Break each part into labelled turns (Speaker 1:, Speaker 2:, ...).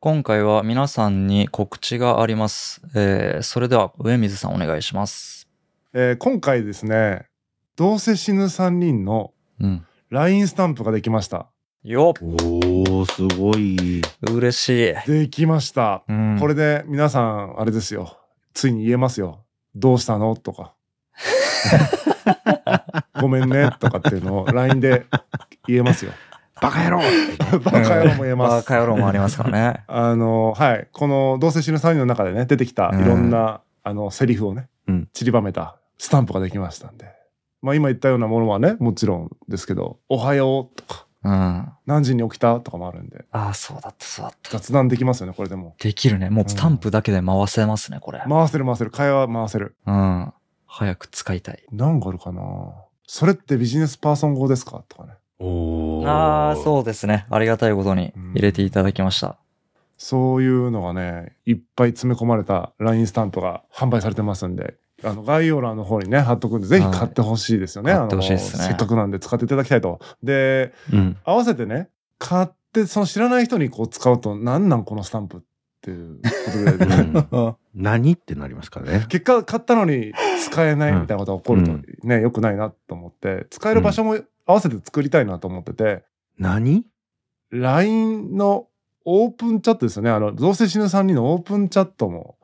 Speaker 1: 今回は皆さんに告知があります。えーそれでは上水さんお願いします。
Speaker 2: えー今回ですね、どうせ死ぬ3人の
Speaker 1: うん。
Speaker 2: LINE スタンプができました。
Speaker 1: よっ
Speaker 3: おおすごい。
Speaker 1: 嬉しい。
Speaker 2: できました。
Speaker 1: うん
Speaker 2: これで皆さん、あれですよ。ついに言えますよ。どうしたのとか。 ごめんね。とかっていうのを LINE で言えますよ。
Speaker 3: バカ野郎
Speaker 2: バカ野郎も言えま
Speaker 1: バ
Speaker 2: す。。
Speaker 1: カ野郎もありますからね
Speaker 2: あの、はい。この、どうせ死ぬ3人の中でね、出てきたいろんな、あの、セリフをね
Speaker 3: うん、
Speaker 2: 散りばめたスタンプができましたんで。まあ今言ったようなものはね、もちろんですけど、おはようとか、
Speaker 1: うん。あ
Speaker 2: 何時に起きたとかもあるんで、
Speaker 1: あ、そうだった、そうだった。
Speaker 2: 雑談できますよね、これでも。
Speaker 1: できるね。もうスタンプだけで回せますね、これ。
Speaker 2: 回せる回せる、会話回せる。
Speaker 1: うん。早く使いたい。
Speaker 2: 何があるかなそれってビジネスパーソン語ですかとかね。
Speaker 3: おお。
Speaker 1: ああ、
Speaker 3: う。
Speaker 1: そうですね。ありがたいことに入れていただきました。
Speaker 2: そういうのがね、いっぱい詰め込まれた LINE スタンプが販売されてますんで、あの概要欄の方にね、貼っとくんで、ぜひ買ってほしいですよね。
Speaker 1: はい
Speaker 2: あの
Speaker 1: 買ってほしいですね
Speaker 2: せっかくなんで使っていただきたいと。で、
Speaker 3: うん。
Speaker 2: 合わせてね、買って、その知らない人にこう使うと、なんなんこのスタンプっていうことで、
Speaker 3: 何ってなりますからね。
Speaker 2: 結果買ったのに使えないみたいなことが起こると
Speaker 3: うん
Speaker 2: ね、良くないなと思って、使える場所も合わせて作りたいなと思ってて、
Speaker 3: 何
Speaker 2: LINE のオープンチャットですよね。あの、造成死ぬ3人のオープンチャットも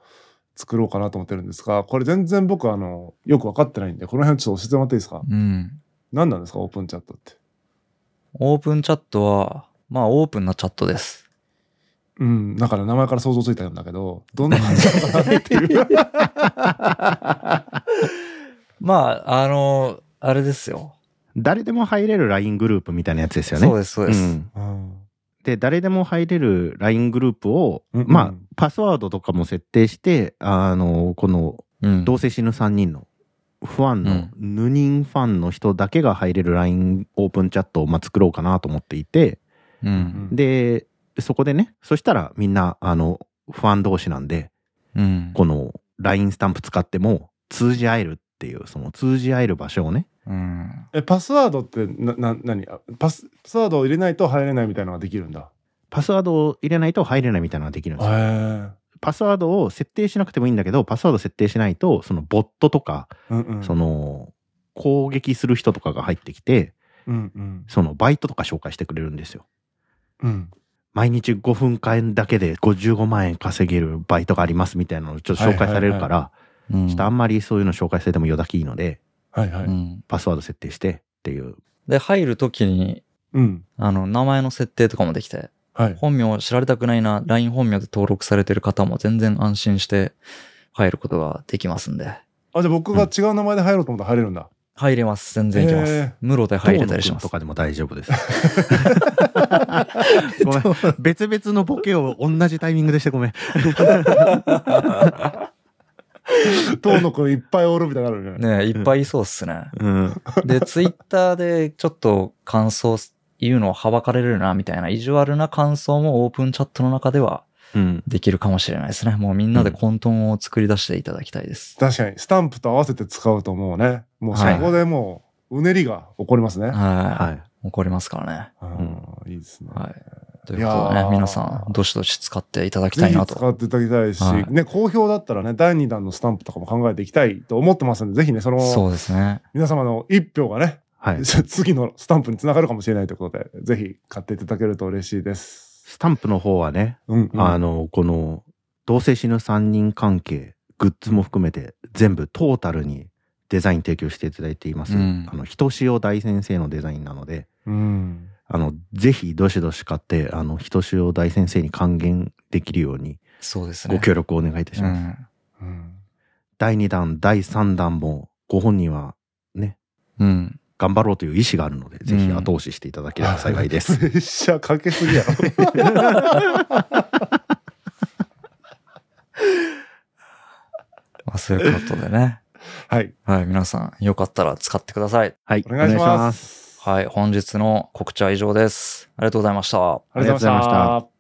Speaker 2: 作ろうかなと思ってるんですが、これ全然僕あの、よく分かってないんで、この辺ちょっと教えてもらっていいですか
Speaker 1: うん。
Speaker 2: 何なんですかオープンチャットって。
Speaker 1: オープンチャットは、まあオープンなチャットです。
Speaker 2: うん、だから名前から想像ついたんだけど、どんな感じなのかな っていう。
Speaker 1: まあ、あの、あれですよ。
Speaker 3: 誰でも入れる LINE グループみたいなやつですよね。
Speaker 1: そう
Speaker 3: う
Speaker 1: です、そうです。
Speaker 3: ん
Speaker 2: うん
Speaker 3: で、誰でも入れる LINE グループを、
Speaker 2: うんう
Speaker 3: まあ
Speaker 2: ん、
Speaker 3: パスワードとかも設定して、あの、この、
Speaker 1: うん
Speaker 3: どうせ死ぬ3人の、ファンの、ヌニンファンの人だけが入れる LINE オープンチャットを、まあ、作ろうかなと思っていて、
Speaker 1: うん。
Speaker 3: で、そこでね、そしたらみんな、あの、ファン同士なんで、
Speaker 1: うん。
Speaker 3: この LINE スタンプ使っても通じ合えるっていう、その通じ合える場所をね。
Speaker 1: うん
Speaker 2: え、パスワードってな、な、何あパス、パスワードを入れないと入れないみたいなのができるんだ。
Speaker 3: パスワードを入れないと入れないみたいなのができるん
Speaker 2: へ
Speaker 3: ですよ。
Speaker 2: え。
Speaker 3: パスワードを設定しなくてもいいんだけど、パスワード設定しないと、そのボットとか、
Speaker 2: うんうん。
Speaker 3: その攻撃する人とかが入ってきて、
Speaker 2: うんうん。
Speaker 3: そのバイトとか紹介してくれるんですよ。
Speaker 2: うん。
Speaker 3: 毎日5分間だけで55万円稼げるバイトがありますみたいなのをちょっと紹介されるから、
Speaker 1: うん。
Speaker 3: ちょっとあんまりそういうの紹介されてもよだきいいので、
Speaker 2: はいは
Speaker 1: う
Speaker 2: い。
Speaker 1: ん。
Speaker 3: パスワード設定してっていう。
Speaker 1: で、入るときに、
Speaker 2: うん。
Speaker 1: あの、名前の設定とかもできて、
Speaker 2: はい。
Speaker 1: 本名知られたくないな、LINE 本名で登録されてる方も全然安心して入ることができますんで。
Speaker 2: あ、じゃあ僕が違う名前で入ろうと思ったら入れるんだ。
Speaker 1: 入れます。全然いけま
Speaker 2: へ
Speaker 1: す
Speaker 2: ー。
Speaker 1: ムロで入れたりし
Speaker 3: ど
Speaker 1: ま
Speaker 3: うのくん
Speaker 1: す
Speaker 3: と。かでも大丈夫です。ごめん。別々のボケを同じタイミングでしてごめん。
Speaker 2: 遠野くんいっぱいおるみたいになるよね。
Speaker 1: ねえいっぱいいそうっすね。
Speaker 3: うん。
Speaker 1: で、ツイッターでちょっと感想言うのをはばかれるな、みたいな、意地悪な感想もオープンチャットの中では
Speaker 3: うん。
Speaker 1: できるかもしれないですね。もうみんなで混沌を作り出していただきたいです。
Speaker 2: 確かに、スタンプと合わせて使うともうね、もうそ
Speaker 1: はい
Speaker 2: こでもう、うねりが起こりますね。
Speaker 1: は
Speaker 3: はい。
Speaker 1: い。怒りますからね。
Speaker 2: あーいいですね。
Speaker 1: はい。ということで
Speaker 2: いや
Speaker 1: ね、
Speaker 2: ー
Speaker 1: 皆さん、どしどし使っていただき
Speaker 2: ぜ
Speaker 1: たい
Speaker 2: ひ
Speaker 1: な
Speaker 2: 使
Speaker 1: と。
Speaker 2: っていただきたいし、
Speaker 1: はい
Speaker 2: ね、好評だったらね、第2弾のスタンプとかも考えていきたいと思ってますんで、ぜひね、その、
Speaker 1: そうですね。
Speaker 2: 皆様の一票がね、
Speaker 3: はい。
Speaker 2: 次のスタンプにつながるかもしれないということで、ぜひ買っていただけると嬉しいです。
Speaker 3: スタンプの方はね、
Speaker 2: うん、うん。
Speaker 3: あの、この、同性死ぬ三人関係、グッズも含めて、全部トータルにデザイン提供していただいています。
Speaker 1: うん
Speaker 3: あの、人潮大先生のデザインなので、
Speaker 2: うん。
Speaker 3: あの、ぜひ、どしどし買って、あの、人潮大先生に還元できるように、
Speaker 1: そうですね。
Speaker 3: ご協力をお願いいたし
Speaker 1: う
Speaker 3: ます。
Speaker 1: ん。
Speaker 2: うん。
Speaker 3: 第2弾、第3弾も、ご本人は
Speaker 1: うん。
Speaker 3: 頑張ろうという意思があるので、ぜひ
Speaker 1: うん
Speaker 3: 後押ししていただければ幸い です。
Speaker 2: プレッシャーかけすぎや ろ。
Speaker 1: まあ、そういうことでね。
Speaker 2: はい。
Speaker 1: はい。皆さん、よかったら使ってください。
Speaker 3: はい、
Speaker 2: お願いします。
Speaker 1: はい。本日の告知は以上です。ありがとうございました。
Speaker 2: ありがとうございまし
Speaker 3: ありがとうございま
Speaker 2: た。